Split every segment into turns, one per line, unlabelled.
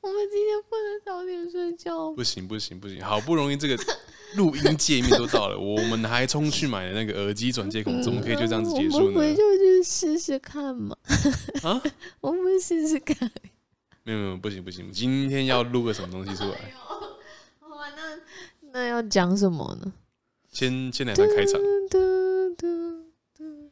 我们今天不能早点睡觉。
不行不行不行，好不容易这个录音界面都 到了，我们还冲去买了那个耳机转接孔，怎么可以就这样子结
嗯我
束
们回
呢
去？去试试看嘛，
啊，
我们试试看。
没有没有，不行不行，今天要录个什么东西出来？
好吧，那那要讲什么呢？
先先来段开场，
嘟嘟嘟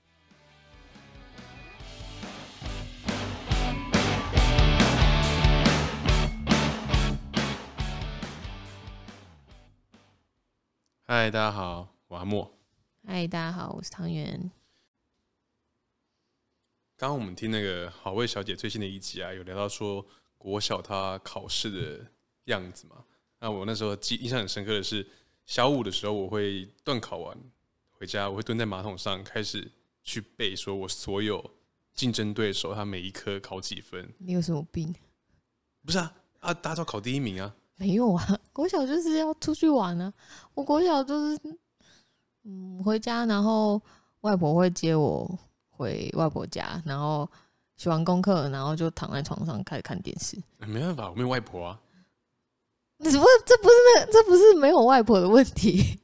嗨，大家好，我阿莫。
嗨，大家好，我是汤圆。
刚刚我们听那个好味小姐最新的一集啊，有聊到说国小她考试的样子嘛。那我那时候记印象很深刻的是，小五的时候我会段考完回家，我会蹲在马桶上开始去背，说我所有竞争对手他每一科考几分。
你有什么病？
不是啊，啊，大家都考第一名啊，
没有啊，国小就是要出去玩啊。我国小就是，嗯，回家然后外婆会接我回外婆家，然后写完功课，然后就躺在床上开始看电视。
没办法，我没有外婆啊，
只不过这不是那这不是没有外婆的问题，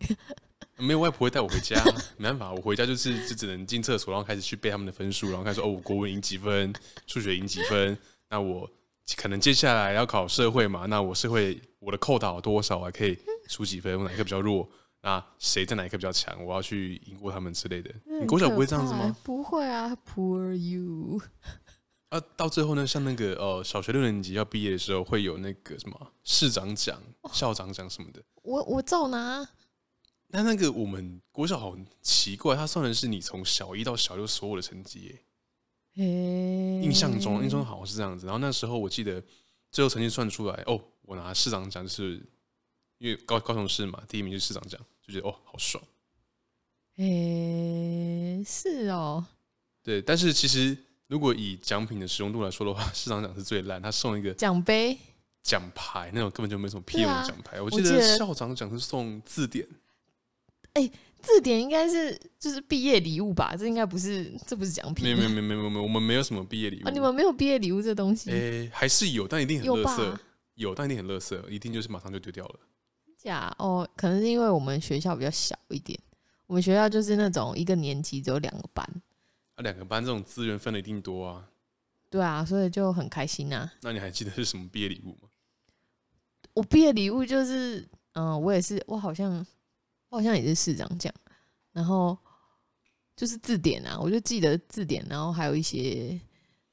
没有外婆会带我回家啊， 没办法，我回家就是就只能进厕所，然后开始去背他们的分数，然后开始说哦，我国文赢几分，数学赢几分，那我可能接下来要考社会嘛，那我社会我的扣打有多少，我还啊可以输几分，我哪一科比较弱，那谁在哪一科比较强，我要去赢过他们之类的。 你国小不会这样子吗？？
不会嗯啊，Poor you。
啊，到最后呢，像那个呃小学六年级要毕业的时候，会有那个什么市长奖、校长奖什么的。
我我照拿，
但那个我们国小好奇怪，它算的是你从小一到小六所有的成绩耶。
诶、
印象
嗯
中，印象中好像是这样子。然后那时候我记得最后成绩算出来，哦，我拿市长奖，就是因为高高雄市嘛，第一名是市长奖，就觉得哦好爽。
诶、是哦，
对，但是其实如果以奖品的使用度来说的话， 市长奖是最烂，他送一个
奖杯。
奖牌，那种根本就没什么屁用的奖牌。我记
啊我记
得
得
校长奖是送 字典，
字典应该是就是毕业礼物吧，这应该不是，这不是奖品。啊
没有没有没有没有没有，我们没有哎什么毕业礼物。
啊，你们没有毕业礼物这东西，
诶、还是有，但一定很
有
垃圾。
吧？
有，但一定很垃圾，一定就是马上就丢掉了。
假哦，可能是因为我们学校比较小一点，我们学校就是那种一个年级只有两个班，
啊，两个班这种资源分的一定多啊。
对啊，所以就很开心啊。
那你还记得是什么毕业礼物吗？
我毕业礼物就是，嗯、我也是，我好像我好像也是市长奖，然后就是字典啊，我就记得字典，然后还有一些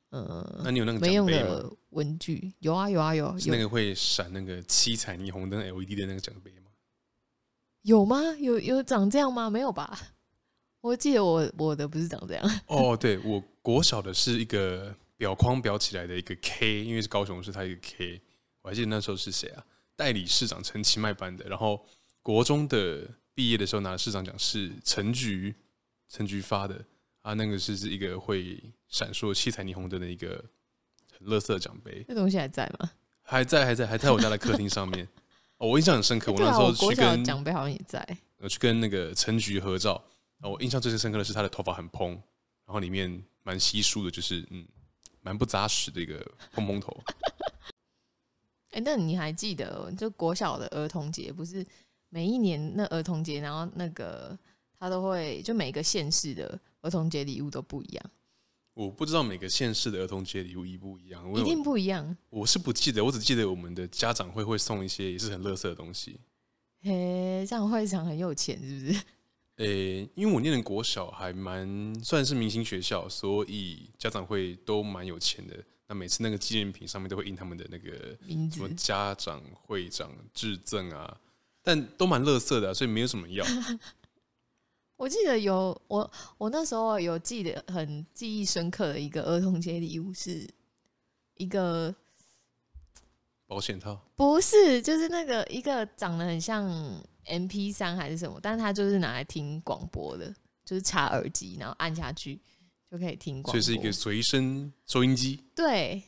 那
呃
你有那个
没
奖
用
杯吗？
的文具，有啊有啊有
是
有
那个会闪那个七彩霓虹灯 LED 的那个奖杯吗？
有吗？有有长这样吗？没有吧？我记得我我的不是长这样，
哦，对，我国小的是一个表框裱起来的一个 K，因为是高雄市，它一个 K。我还记得那时候是谁啊？代理市长陈其迈颁的。然后国中的毕业的时候拿的市长奖是陈菊，陈菊发的啊，那个是是一个会闪烁七彩霓虹灯的一个很垃圾的奖杯。
那东西还在吗？
还在，还在，还在我家的客厅 上面。哦，我印象很深刻，我
对
那时
啊，
候
我国
去
小的
跟
奖杯好像也在。
我去跟那个陈菊合照，然后我印象最深刻的是她的头发很蓬，然后里面蛮稀疏的，就是嗯，蛮不扎实的一个蓬蓬头。
哎、那你还记得哦就国小的儿童节，不是每一年那儿童节，然后那个他都会就每个县市的儿童节礼物都不一样，
我不知道每个县市的儿童节礼物一不一样，我
一
有
定不一样。
我是不记得，我只记得我们的家长会会送一些也是很垃圾的东西。
嘿，这样会长很有钱是不是？
诶、因为我念的国小还蛮算是明星学校，所以家长会都蛮有钱的。那每次那个纪念品上面都会印他们的那个
名
什
字
么家长会长致赠啊，但都蛮乐色的啊、所以没有什么要。
我记得有我我那时候有记得很记忆深刻的一个儿童节礼物是一个
保险套
不是，就是那个一个长得很像 M P 三还是什么，但是它就是拿来听广播的，就是插耳机，然后按下去就可以听广播。
所以是一个随身收音机，
对，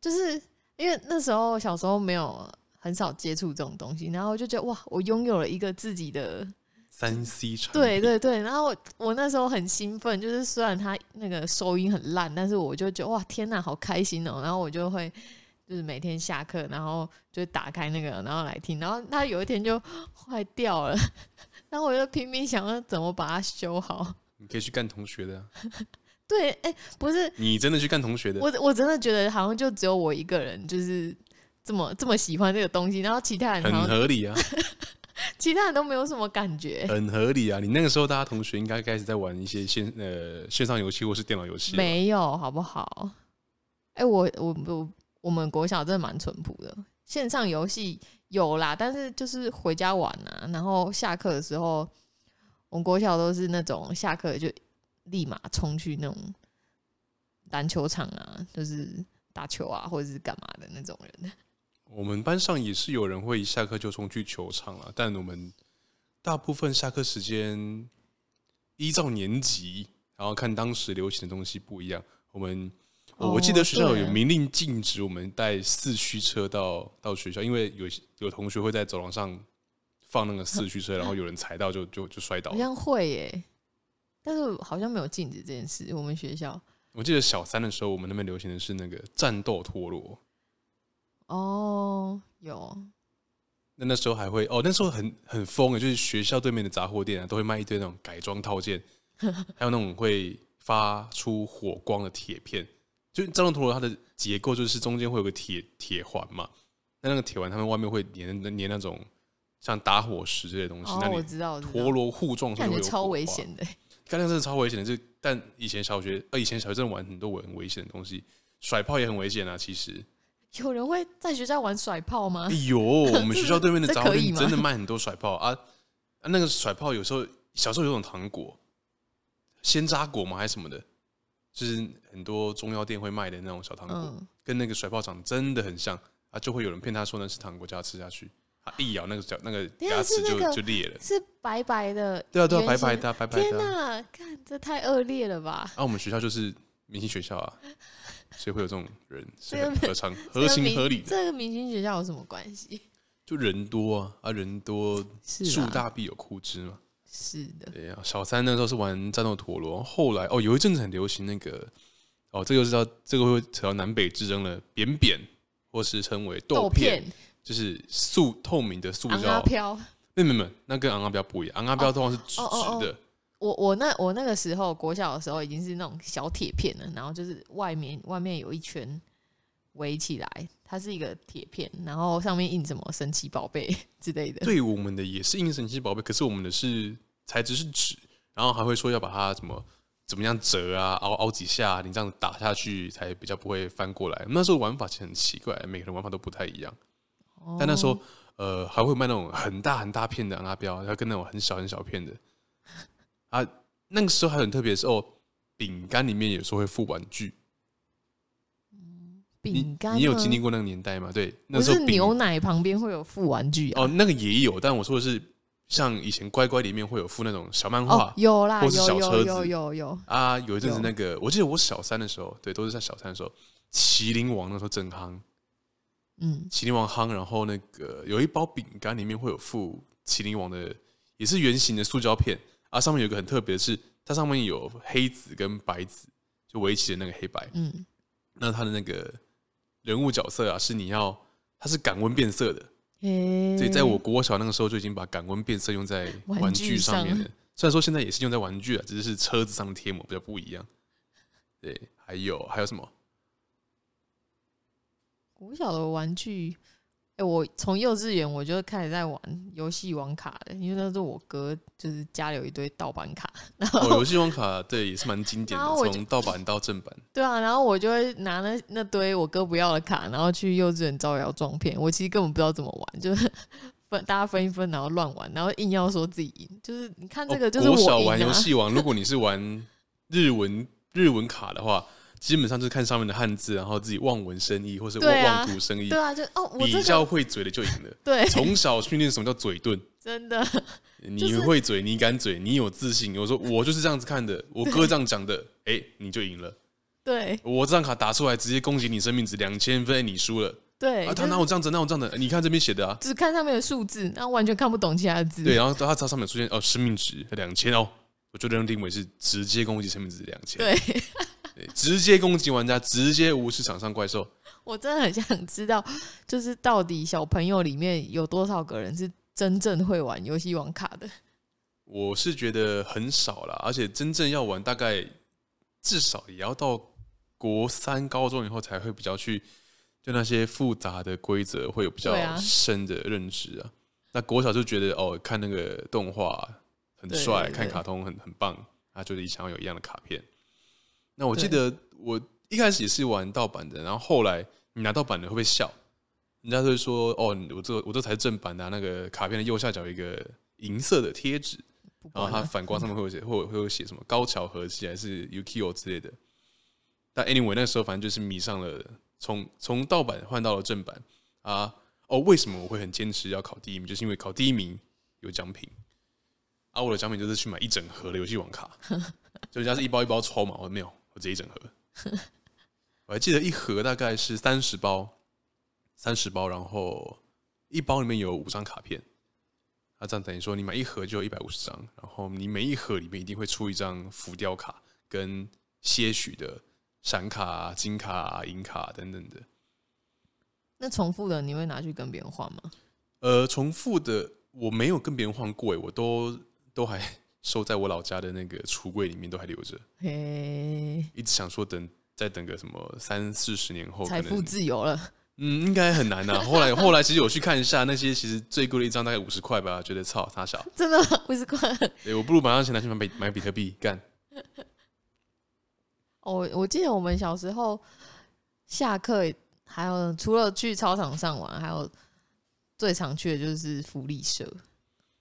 就是因为那时候小时候没有很少接触这种东西，然后就觉得哇，我拥有了一个自己的，
三 C 产品。
对对对，然后我我那时候很兴奋，就是虽然它那个收音很烂，但是我就觉得哇，天哪，好开心哦，然后我就会就是每天下课，然后就打开那个，然后来听，然后它有一天就 坏掉了， 然后我就拼命想要怎么把它修好。
你可以去干同学的啊、
对，哎、不是，
你真的去干同学的，
我我真的觉得好像就只有我一个人就是这么这么喜欢这个东西，然后其他人
很
好像
合理 啊，
其他人都没有什么感觉。
很合理啊。你那个时候大家同学应该开始在玩一些线呃线上游戏或是电脑游戏了吧，
没有，好不好？哎、我我我我们国小真的蛮淳朴的，线上游戏有啦，但是就是回家玩啊，然后下课的时候，我们国小都是那种下课就立马冲去那种篮球场啊，就是打球啊，或者是干嘛的那种人。
我们班上也是有人会一下课就冲去球场了，但我们大部分下课时间依照年级，然后看当时流行的东西不一样。我们、呃我我记
哦
得学校
对
有明令禁止我们带四驱车到到学校，因为有有同学会在走廊上放那个四驱车，然后有人踩到就就就摔倒
哦啊好
了。
像会耶、但是好像没有禁止这件事。我们学校
我记得小三的时候，我们那边流行的是那个战斗陀螺。
哦，有
那那时候还会哦，那时候很很疯的，就是学校对面的杂货店啊，都会卖一堆那种改装 套件，还有那种会发出火光的铁片。就战斗陀螺它的结构就是中间会有个铁铁环嘛，那那个铁环它们外面会粘粘那种像打火石这些东西，
哦
那，
我
你
知道，我知
陀
道，
螺互撞
感
就会
觉
有
超
火
危
花
险的、
干那真的超危险的。就但以前小学呃，以前小学真的玩很多很危险的东西，甩炮也很危险啊。其实，
有人会在学校玩甩炮吗
哎？呦，我们学校对面 的
这
杂货
可以
店
吗
真的卖很多甩炮啊啊！那个甩炮有时候小时候有种糖果，鲜榨果吗还是什么的，就是很多中药店会卖的那种小糖果，
嗯，
跟那个甩炮厂真的很像啊，就会有人骗他说那是糖果，叫他吃下去，他一咬那个小那个
等一下
牙齿
是
就、
那个
就裂了。
是白白的。
对啊，对啊，白
圆形
白的啊、白白
天
的啊。
哪、看这太恶劣了吧！
啊，我们学校就是明星学校啊，所以会有这种人，是很
这个
合常、合情合理的。
这个明星学校有什么关系？
就人多啊，啊人多，
是
啊
啊
树
啦
大必有枯枝嘛。
是的，
对啊，小三那时候是玩战斗陀螺，后来哦有一阵子很流行那个，哦这个就知道这个会扯到南北之争了，扁扁或是称为豆片，
片、
就是塑透明的塑
昂阿
胶，
飘。
没有没有没有，那跟昂阿标不一样，昂阿标通常是直
哦哦哦
直的，
我我那我那个时候国小的时候已经是那种小铁片了，然后就是外面外面有一圈围起来，它是一个铁片，然后上面印什么神奇宝贝 之类的。
对我们的也是硬神奇宝贝，可是我们的是材质是纸，然后还会说要把它怎么怎么样折啊，凹凹几下，你这样打下去才比较不会翻过来。那时候玩法其实很奇怪，每个人玩法都不太一样。
哦
但那时候呃还会卖那种很大很大片的阿标，然后跟那种很小很小片的。啊，那个时候还很特别的是哦，饼干里面有时候会附玩具。
饼干
你你有
吗
经历？过那个年代吗？对，那
不
时候
是
饼
牛奶旁边会有副玩具啊？
哦，那个也有，但我说的是像以前乖乖里面会有附那种小漫
哦
画，、
有啦，
啊或是小
有
车
有
子
有有有，
啊，有一阵子
有
那个，我记得我小三的时候，对，都是在小三的时候，麒麟王那时候正夯，
嗯，
麒麟王夯，然后那个有一包饼干里面会有附麒麟王的，也是圆形的塑胶片啊，上面有一个很特别的是，它上面有黑子跟白子，就围棋的那个黑白，
嗯，
那它的那个人物角色啊，是你要它是感温变色的，
诶，
所以在我国小那个时候就已经把感温变色用在
玩
玩
具
具上
上
面了。虽然说现在也是用在玩具啊，只是是车子上的贴膜比较不一样。对，还有还有什么？
国小的玩具，诶，我从幼稚园我就开始在玩游戏王卡的，因为那是我哥就是家里有一堆盗版卡，然
哦，
后、
游戏王卡对也是蛮经 典
然后
的，
我就
从盗版到正版。
对啊，然后我就会拿那那堆我哥不要的卡，然后去幼稚园招摇撞骗，我其实根本不知道怎么玩，就是。分大家分一分，然后乱玩，然后硬要说自己赢，就是你看这个就是
哦
我
国
赢、啊
小玩游戏王，如果你是玩日文 日文卡的话，基本上就是看上面的汉字，然后自己望文生义或是
对
望
啊
望图生义
对，啊，就哦，我这
比
个
较会嘴的就赢 了。
对，
从小训练什么叫嘴遁，
真的
你会嘴，你敢嘴，你有自信。我说我就是这样子看的，我哥这样 讲的，哎、你就赢了。
对
我这张卡打出来，直接恭喜你生命值两千分，你输了。
对，
啊，
就
他
是
哪有这样子，哪有这样的？你看这边写的啊，
只看上面的数字，那完全看不懂其他的字。
对，然后啊他他上面有出现哦，生命值两千哦，我就认定为是直接攻击生命值两千，
对，
对，直接攻击玩家，直接无视场上怪兽。
我真的很想知道，就是到底小朋友里面有多少个人是真正会玩游戏王卡的？
我是觉得很少啦，而且真正要玩，大概至少也要到国三、高中以后才会比较去对那些复杂的规则会有比较
对啊
深的认知啊。那国小就觉得哦，看那个动画很
对
帅，
对
看
对
卡通很很棒，啊，就是想要有一样的卡片。那我记得我一开始也是玩盗版的，然后后来你拿到版的会被笑，人家就会说哦，你我这我这才是正版的啊、那个卡片的右下角有一个银色的贴纸，
不
然后
管
它
了，
反光上面会有写，会有会有写什么高桥和希还是 Yukio 之类的。但 anyway，那时候反正就是迷上了，从从盗版换到了正版啊。哦，为什么我会很坚持要考第一名？就是因为考第一名有奖品啊。我的奖品就是去买一整盒的游戏网 卡，就人家是一包一包抽嘛，我没有，我直接一整盒。我还记得一盒大概是三十包，三十包，然后一包里面有五张卡片。那这样等于说你买一盒就有一百五十张，然后你每一盒里面一定会出一张浮雕卡跟些许的闪卡、啊、金卡、啊、银卡、啊、等等的。
那重复的你会拿去跟别人换吗？
呃，重复的我没有跟别人换过欸，我都都还 收在我老家的那个橱柜里面，都还留着，
嘿，
一直想说等再等个什么三四十年哦后，可
财富
能
自由了，
嗯应该很难呐、后来后来其实我去看一下，那些其实最贵的一张大概五十块吧，觉得操他小，
真的吗？不是快乐
对我不如马上钱拿去买比买比特币干。
我哦我记得我们小时候下课还有除了去操场上玩，还有最常去的就是福利社。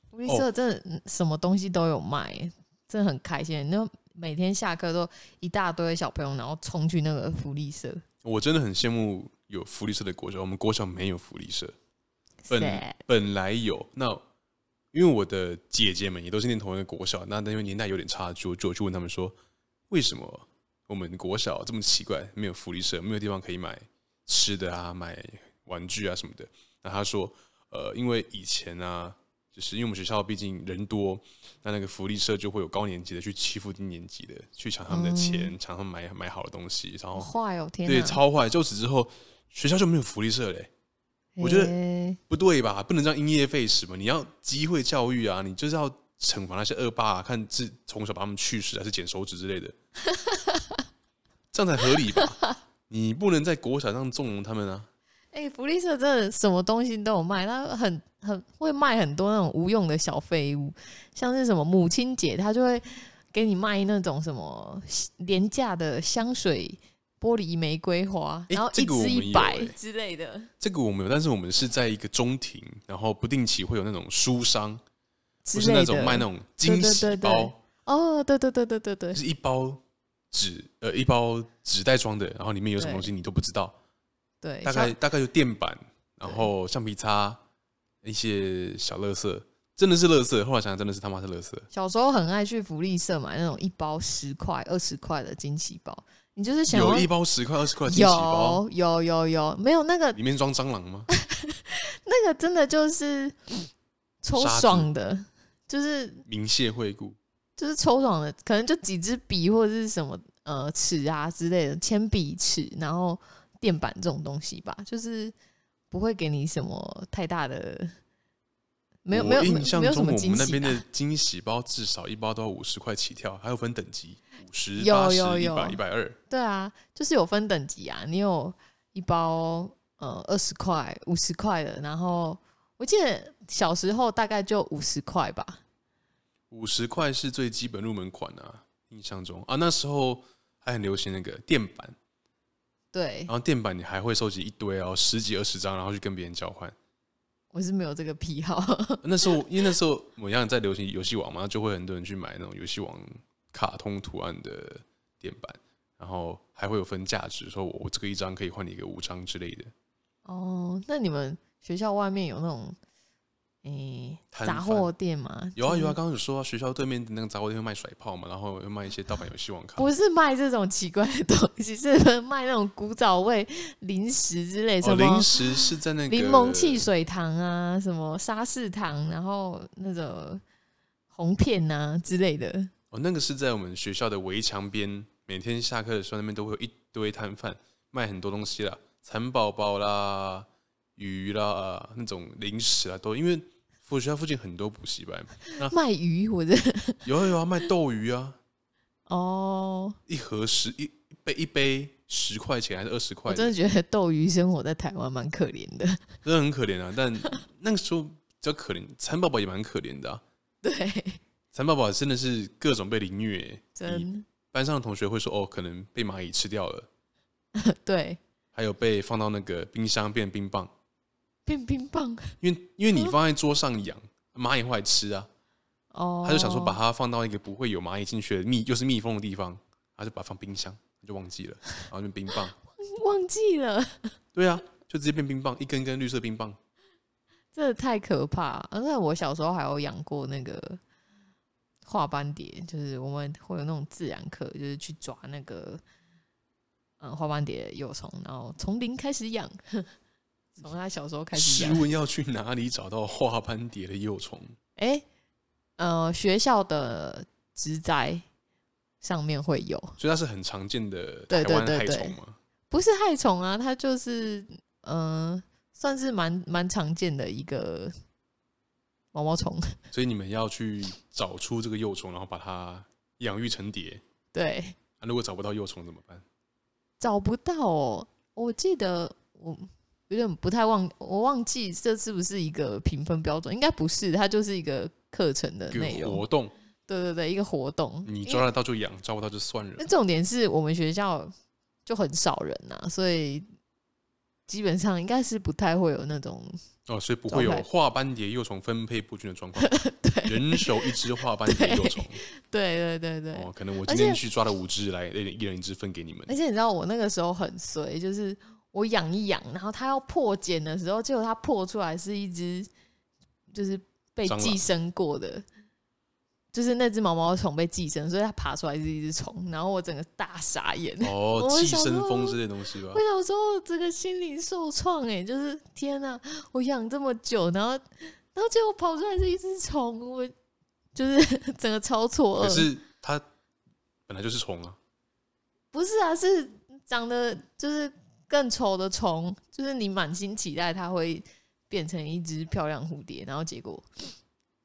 福利
哦
社真的嗯什么东西都有卖、真的很开心。那每天下课都一大堆小朋友，然后冲去那个福利社。
我真的很羡慕有福利社的国小，我们国小没有福利社，本
Sad
本来有那，因为我的姐姐们也都是念同一个国小，那因为年代有点差距，我就我就问他们说，为什么我们国小这么奇怪，没有福利社，没有地方可以买吃的啊，买玩具啊什么的？那他说，呃，因为以前啊，就是因为我们学校毕竟人多，那那个福利社就会有高年级的去欺负低年级的，去抢他们的钱，抢、他们买买好的东西，然
好
后
坏哦，天
对，
哪！
超坏。就此之后，学校就没有福利社嘞、我觉得
得
不对吧？不能这样因噎废食嘛！你要机会教育啊，你就是要惩罚那些恶霸、啊，看是从小把他们去世还是剪手指之类的，这样才合理吧？你不能在国小上纵容他们啊！
哎、福利社真的什么东西都有卖，它很很会卖很多那种无用的小废物，像是什么母亲节，它就会给你卖那种什么廉价的香水、玻璃玫瑰花，
哎
然后
这
一
个我
支
们
一
有
百
哎
之类的。
这个我们有，但是我们是在一个中庭，然后不定期会有那种书商，
之
不
类
是
的
那种卖那种惊喜
对对对对
包，
哦，对对对对对对
就，是一包纸呃一包纸袋装的，然后里面有什么东西你都不知道。
对，
大
像
概大概有垫板，然后橡皮擦，一些小乐色，真的是乐色。后来想想，真的是他妈是乐色。
小时候很爱去福利社买那种一包十块、二十块的惊喜包，你就是想
有
要
一包十块、二十块惊喜包，
有有有有，没有那个
里面装蟑螂吗？
那个真的就是抽
沙子
爽的，就是
明谢惠顾，
就是抽爽的，可能就几支笔或者是什么呃尺啊之类的，铅笔尺，然后垫板这种东西吧，就是不会给你什么太大的，没有没有
我
没
印
有
象
没有什
中，
么
我们
惊
那
喜啊
边
吧、
的惊喜包至少一包都要五十块起跳，还有分等级，五十、
有
八十、
有
一
有
百、一百二。
对啊，就是有分等级啊，你有一包呃二十块、五十块的，然后我记得小时候大概就五十块吧，
五十块是最基本入门款啊，印象中啊，那时候还很流行那个垫板，
对
然，后垫板你还会收集一堆哦，十几二十张，然后去跟别人交换。
我是没有这个癖好。
那时候，因为那时候我一样在流行游戏王嘛，就会很多人去买那种游戏王卡通图案的垫板，然后还会有分价值，说我我这个一张可以换你一个五张之类的。
哦，那你们学校外面有那种诶、
摊
杂
贩
货店吗？
有啊
就是
有啊，刚刚有说、啊、学校对面的那个杂货店会卖甩炮嘛，然后会卖一些盗版游戏王卡。
不是卖这种奇怪的东西，是 卖那种古早味零食之类，
哦，
什
零
么
食是在那个
柠檬汽水糖啊，什么沙士糖，然后那种红片啊之类的。
哦，那个是在我们学校的围墙边，每天下课的时候那边都会有一堆摊贩卖很多东西啦，蚕宝宝啦、鱼啦那种零食啊，都因为我学校附近很多补 习班，
卖鱼或者
有啊有啊卖斗鱼啊，
哦，
一盒十一一杯一杯十块钱还是二十块
我，真的觉得斗鱼生活在台湾蛮可怜的。
真的很可怜啊。但那个时候比较可怜，蚕宝宝也蛮可怜的、啊，
对，
蚕宝宝真的是各种被凌虐欸、
真
班上的同学会说哦，可能被蚂蚁吃掉了，
对，
还有被放到那个冰箱变冰棒，
变冰棒
因为因为
嗯
你放在桌上养，蚂蚁会来吃啊。
哦，
他就想说把它放到一个不会有蚂蚁进去的密又是密封的地方，他就把它放冰箱，他就忘记了，然后就冰棒，
忘记了，
对啊，就直接变冰棒，一根根绿色冰棒，
真的太可怕了。而且我小时候还有养过那个画斑蝶，就是我们会有那种自然课，就是去抓那个嗯花斑蝶的幼虫，然后从零开始养， 从他小时候开始
试
养。
问要去哪里找到花斑蝶的幼虫？
哎、呃，学校的植栽上面会有，
所以它是很常见的台
对
湾
对对
害
对
虫嘛。
不是害虫啊，它就是嗯、呃算是蛮蛮常见的一个毛毛虫。
所以你们要去找出这个幼虫，然后把它养育成蝶。
对，
啊、如果找不到幼虫怎么办？
找不到哦。我记得我有点不太忘，我忘记这是不是一个评分标准，应该不是，它就是一个课程的
一
内
个
容
活。动，
对对对，一个活动。
你
因为
抓得到就养，抓不到就算了
那。重点是我们学校就很少人呐、所以基本上应该是不太会有那种
哦，所以不会
状态
有化斑蝶幼虫分配不均的状况，
对
人手一只化斑蝶幼虫。
对对对 对。
哦，可能我
而
今天
且
去抓了五只来，一人一人一只分给你们
而。且你知道我那个时候很衰，就是我养一养，然后它要破茧的时候，结果它破出来是一只就是被
蟑螂
寄生过的，就是那只毛毛虫被寄生，所以它爬出来是一只虫，然后我整个大傻眼。
哦，
我
寄
想
生
说
蜂之类的东西吧
我。想说，这个心灵受创哎、就是天哪、我养这么久，然后然后结果跑出来是一只虫，我就是 整个超错愕。
可是它本来就是虫啊，
不是啊，是长得就是更丑的虫，就是你满心期待它会变成一只漂亮蝴蝶，然后结果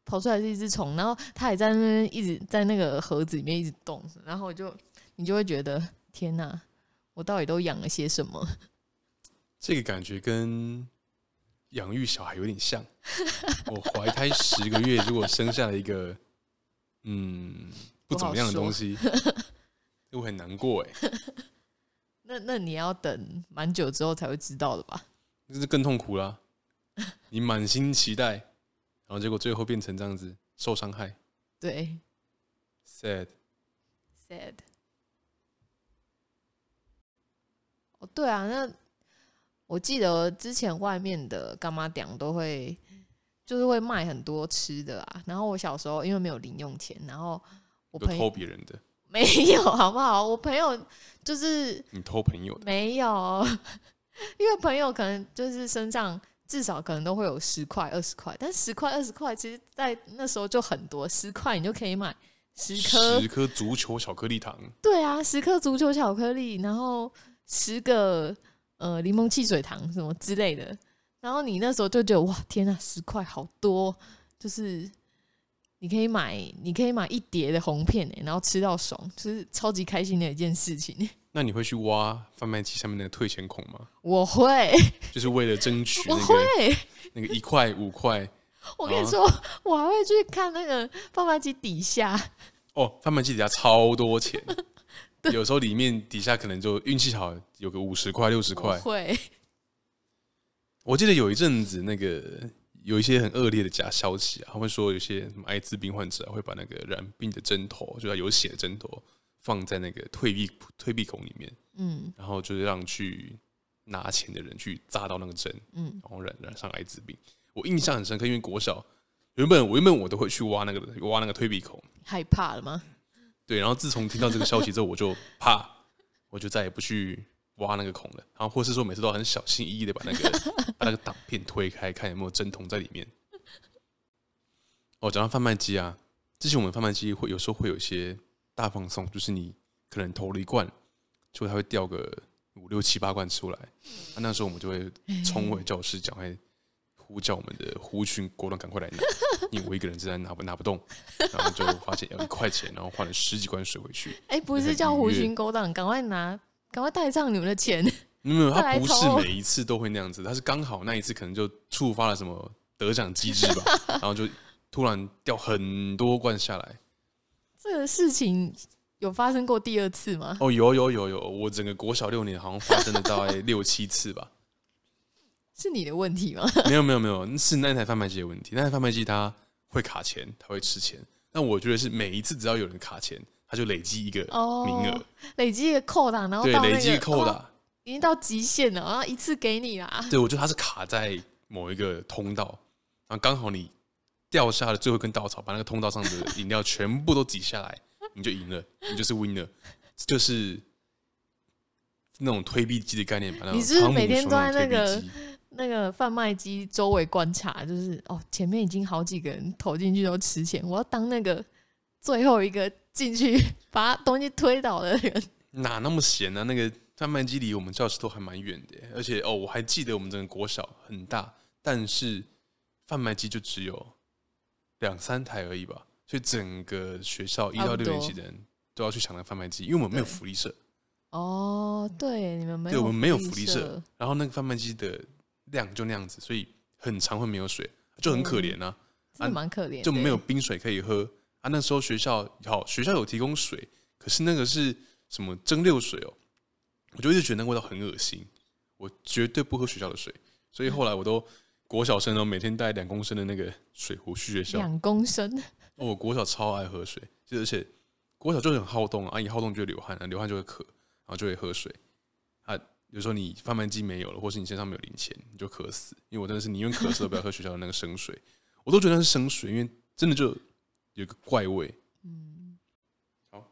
跑出来是一只虫，然后它也在那边一直在那个盒子里面一直动，然后我就你就会觉得天哪、我到底都养了些什么？
这个感觉跟养育小孩有 点像。我怀胎十个月，如果生下了一个嗯不怎么样的东西， 就会很难过哎，
那那你要等蛮久之后才会知道的吧？
这是更痛苦啦。 你满心期待，然后结果最后变成这样子，受伤害
对
，sad。
，sad。哦，对啊，那我记得之前外面的干妈店都会，就是会卖很多吃的啊。然后我小时候因为没有零用钱，然后我
有
朋
偷
友
别人的，
没有， 好不好？我朋友就是
你偷朋友的，
没有， 因为朋友可能就是身上至少可能都会有十块、二十块，但十块、二十块其实在那时候就很多，十块你就可以买十颗
十，颗足球巧克力糖，
对啊，十颗足球巧克力，然后十个呃柠檬汽水糖什么之类的，然后你那时候就觉得哇，天呐，十块好多，就是。你可以买，你可以买一碟的红片、欸、然后吃到爽，就是超级开心的一件事情。欸
那你会去挖贩卖机上面那个退钱孔吗？
我会，
就是为了争 取
我
那
会，
个那个一块五块
我跟
哦
你说，我还会去看那个贩卖机底下，
哦，贩卖机底下超 多钱，有时候里面底下可能就运气好有个五十块六十
我
块。
会，
我记得有一阵子那个有一些很恶劣的假消息啊，他们说有些什么艾滋病患者啊会把那个染病的针头，就是有血的针头放在那个退避退避孔里面，
嗯
然后就是让去拿钱的人去扎到那个针，
嗯，
然后染染上艾滋病。我印象很深刻，因为国小原本我原本我都会去挖那个挖那个退避孔，
害怕了吗？
对。然后自从听到这个消息之后，我就怕，我就再也不去挖那个孔了。然后或是说每次都很小心翼翼的把那个把那个挡片推开，看有没有针筒在里面。哦，讲到贩卖机啊，之前我们贩卖机会有时候会有一些大放送，就是你可能投了一罐，就它会掉个五六七八罐出来，啊、那时候我们就会冲回教室，赶快呼叫我们的呼群果断赶快来拿，因为我一个人真的拿不拿不动，然后就发现要一块钱，然后换了十几罐水回去。
哎、不是叫狐群勾当，赶快拿，赶快带上你们的钱。
没有，
再
他
来
不是
投
每一次都会那样子，他是刚好那一次可能就触发了什么得奖机制 吧，然后就突然掉很多罐下来。
这个事情有发生过第二次吗？
哦，有有有有，我整个国小六年好像发生了大概六七次吧。
是你的问题吗？
没有没有没有，是那台贩卖机的问题。那台贩卖机它会卡钱，它会吃钱。但我觉得是每一次只要有人卡钱，它就累积一个
哦
名额，
累积一个扣打，然后
对，
到、那个、
累积扣
哦
打。
已经到极限了，然后一次给你啦。
对，我觉得它是卡在某一个通道，然后刚好你掉下了最后一根稻草，把那个通道上的饮料全部都挤下来，你就赢了，你就是 winner，就是那种推币机的概念吧。那种
你是不是
汤姆
每天
熊
都
那
在
种
那
推
个
币机
那个贩卖机周围观察，就是哦，前面已经好几个人投进去都吃钱，我要当那个最后一个进去把东西推倒的人。
哪那么闲啊呢、那个贩卖机离我们教室都还蛮远的耶，而且哦，我还记得我们整个国小很大，但是贩卖机就只有两三台而已吧，所以整个学校一
差
到
不
六
多
年级的人都要去抢那个贩卖机，因为我们没有
对
福利社，
哦，对，你们没有，
对我们没有福利社，然后那个贩卖机的量就那样子，所以很常会没有水，就很可怜啊，
真的蛮可怜的，欸
就没有冰水可以喝啊。那时候学校好，学校有提供水，可是那个是什么蒸馏水哦，我就一直觉得那个味道很恶心，我绝对不喝学校的水，所以后来我都。国小生哦，每天带两公升的那个水壶去学校。
两公升，
哦我国小超爱喝水，就而且国小就很好动啊，一好动就会流汗，啊流汗就会渴，然后就会喝水啊。有时候你贩卖机没有了，或是你身上没有零钱，你就渴死。因为我真的是宁愿渴死都不要喝学校的那个生水，我都觉得那是生水，因为真的就有一个怪味。
嗯，
好。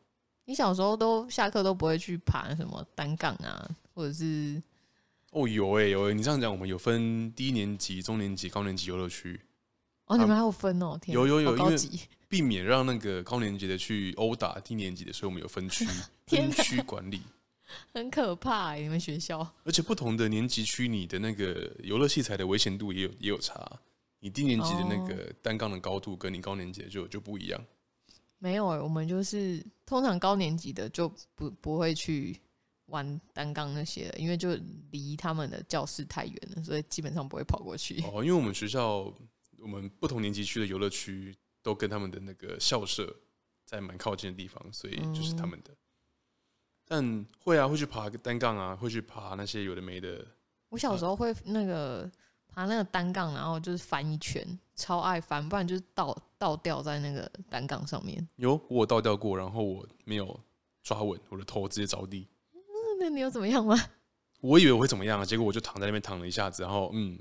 你小时候都下课都不会去爬什么单杠啊，或者是
哦，有诶、有诶、你这样讲，我们有分低年级、中年级、高年级游乐区，
哦，你们还有分哦，天啊，
有有有
好
因
高
为
级，
避免让那个高年级的去殴打低年级的，所以我们有分区
天
分
哪
区管理。
很可怕欸，你们学校。
而且不同的年级区，你的那个游乐器材的危险度也有也有差。你低年级的那个单杠的高度跟你高年级的就就不一样。
没有、欸，我们就是通常高年级的就不不会去玩单杠那些了，因为就离他们的教室太远了，所以基本上不会跑过去。
哦，因为我们学校我们不同年级区的游乐区都跟他们的那个校舍在蛮靠近的地方，所以就是他们的。但会啊，会去爬单杠啊，会去爬那些有的没的。
我小时候会那个爬那个单杠，然后就是翻一圈，超爱翻，不然就是倒倒吊在那个单杠上面。
有我有倒吊过，然后我没有抓稳，我的头直接着地。
那那你有怎么样吗？
我以为我会怎么样啊，结果我就躺在那边躺了一下子，然后嗯，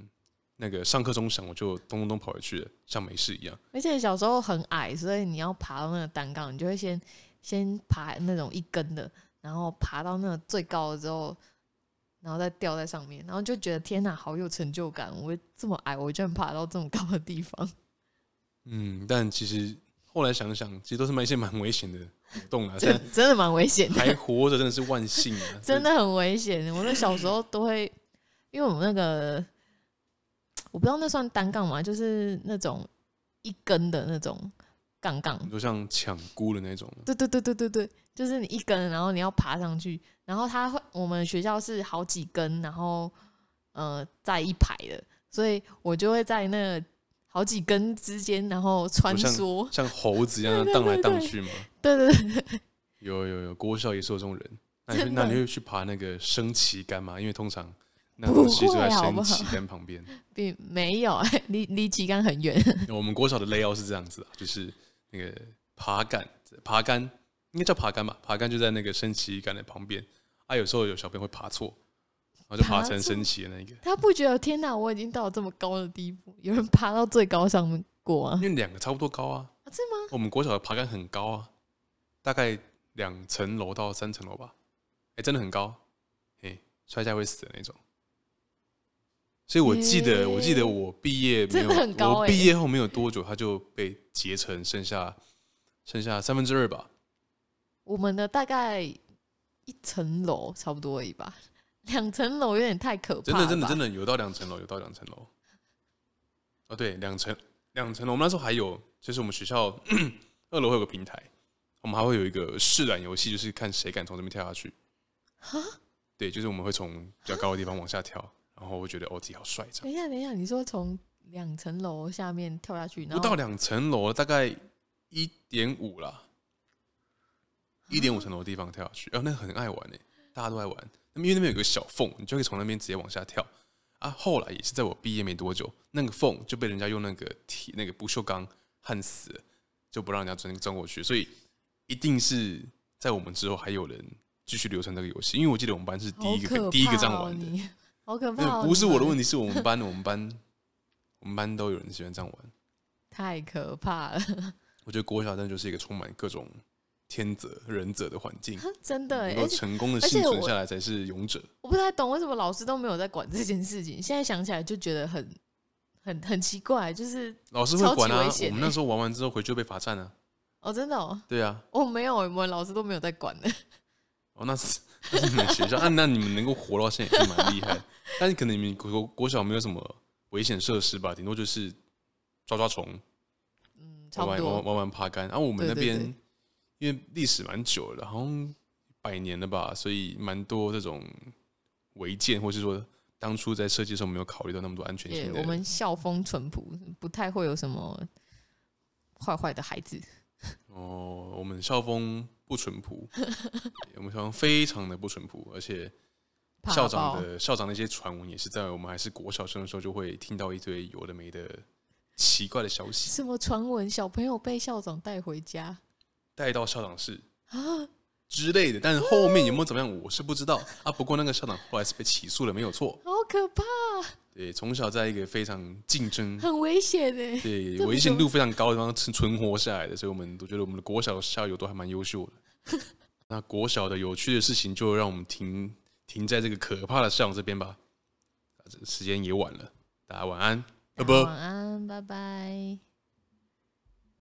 那个上课钟响，我就咚咚咚跑回去了，像没事一样。
而且小时候很矮，所以你要爬到那个单杠，你就会先先爬那种一根的，然后爬到那个最高的之后，然后再吊在上面，然后就觉得天哪，好有成就感！我这么矮，我居然爬到这么高的地方。
嗯，但其实后来想想，其实都是蛮一些蛮危险的活动啊，
这
但
真的蛮危险的，
还活着真的是万幸啊，
真的很危险。我那小时候都会，因为我们那个我不知道那算单杠吗？就是那种一根的那种杠杠
你，说像抢菇的那种，
对对对对对对，就是你一根，然后你要爬上去，然后它会，我们学校是好几根，然后呃在一排的，所以我就会在那好几根之间，然后穿梭。
像猴子一样
对对
荡来
对
荡
对
去嘛。
对对对，
有有有，郭校也是有这种人。那你会
真的
那你会去爬那个升旗杆吗？因为通常那
不
东西就
会啊
在
好不
升
好
旗杆旁边。
并没有，啊离离旗杆很远。
我们国小的 layout 是这样子啊，就是那个爬杆，爬杆应该叫爬杆吧，爬杆就在那个升旗杆的旁边。啊，有时候有小朋友会爬错，然后就爬
爬
成
错
升旗的那一个，
他不觉得天哪，我已经到了这么高的地步，有人爬到最高上面过啊
因？为两个差不多高啊。
啊真的吗？
我们国小的爬杆很高啊，大概两层楼到三层楼吧。哎、真的很高，哎、摔下来会死的那种。所以我记得，
耶
我记得我毕业没
真
有，
的很高
我
欸
毕业后没有多久，他就被截成剩下剩下三分之二吧。
我们的大概一层楼差不多而已吧。两层楼有点太可怕
真
了
的
吧，
真的真的有到两层楼，有到两层楼。哦，对，两层两层楼。我们那时候还有，就是我们学校 二楼会有个平台，我们还会有一个试览游戏，就是看谁敢从这边跳下去。对，就是我们会从比较高的地方往下跳，然后会觉得哦自己好帅这样。
等一下，等一下，你说从两层楼下面跳下去，然
不到
后
两层楼，大概一点五啦，一点五层楼的地方跳下去，然、哦后那个很爱玩诶、大家都爱玩。那么因为那边有个小缝，你就可以从那边直接往下跳啊。后来也是在我毕业没多久，那个缝就被人家用那个铁那个不锈钢焊死了，就不让人家钻钻过去。所以一定是在我们之后还有人继续流传这个游戏，因为我记得我们班是第
好
一个、
可怕、哦、
第一个这样玩的。
你好可怕、
那
哦！
不是我的
你们
问题，是我们班我们班我们班都有人喜欢这样玩。
太可怕了，
我觉得国小真的就是一个充满各种天责忍者的环 境，
真的欸。
能够
而且
成功的
而且
幸存
我
下来才是勇者。
我不太懂为什么老师都没有在管这件事情，现在想起来就觉得很很很奇怪，就是
老师会管
超级
啊
危，险欸
我们那时候玩完之后回去就被罚站啊。
哦，真的哦，
对啊，
我、没有，我们老师都没有在管的。
哦，那是那是你们学校，啊那那你们能够活到现在也是蛮厉害。但是可能你们国国小没有什么危险设施吧，顶多就是抓抓虫，
嗯，差
玩
不
玩玩
多，
玩玩爬杆。啊然、后我们
对
那
对
边
对
因为历史蛮久了，好像百年了吧，所以蛮多这种违建，或是说当初在设计的时候没有考虑到那么多安全
也
性的。
我们校风淳朴，不太会有什么坏坏的孩子。
哦，我们校风不淳朴，对我们校风非常的不淳朴，而且
怕
校
爆
长的校长的一些传闻也是在我们还是国小生的时候就会听到一堆有的没的奇怪的消息，
什么传闻，小朋友被校长带回家
带到校长室
啊？
之类的。但是后面有没有怎么样，我是不知道啊。不过那个校长后来是被起诉了，没有错。
好可怕，啊
对，从小在一个非常竞争、
很危险 哎！
对
这不
危
是
险
我
度非常高的地方存存活下来的，所以我们都觉得我们的国小校友都还蛮优秀的。 那国小的有趣的事情，就让我们停停在这个可怕的校长这边吧。啊这时间也晚了，大家晚安，拜拜。
晚安，拜拜。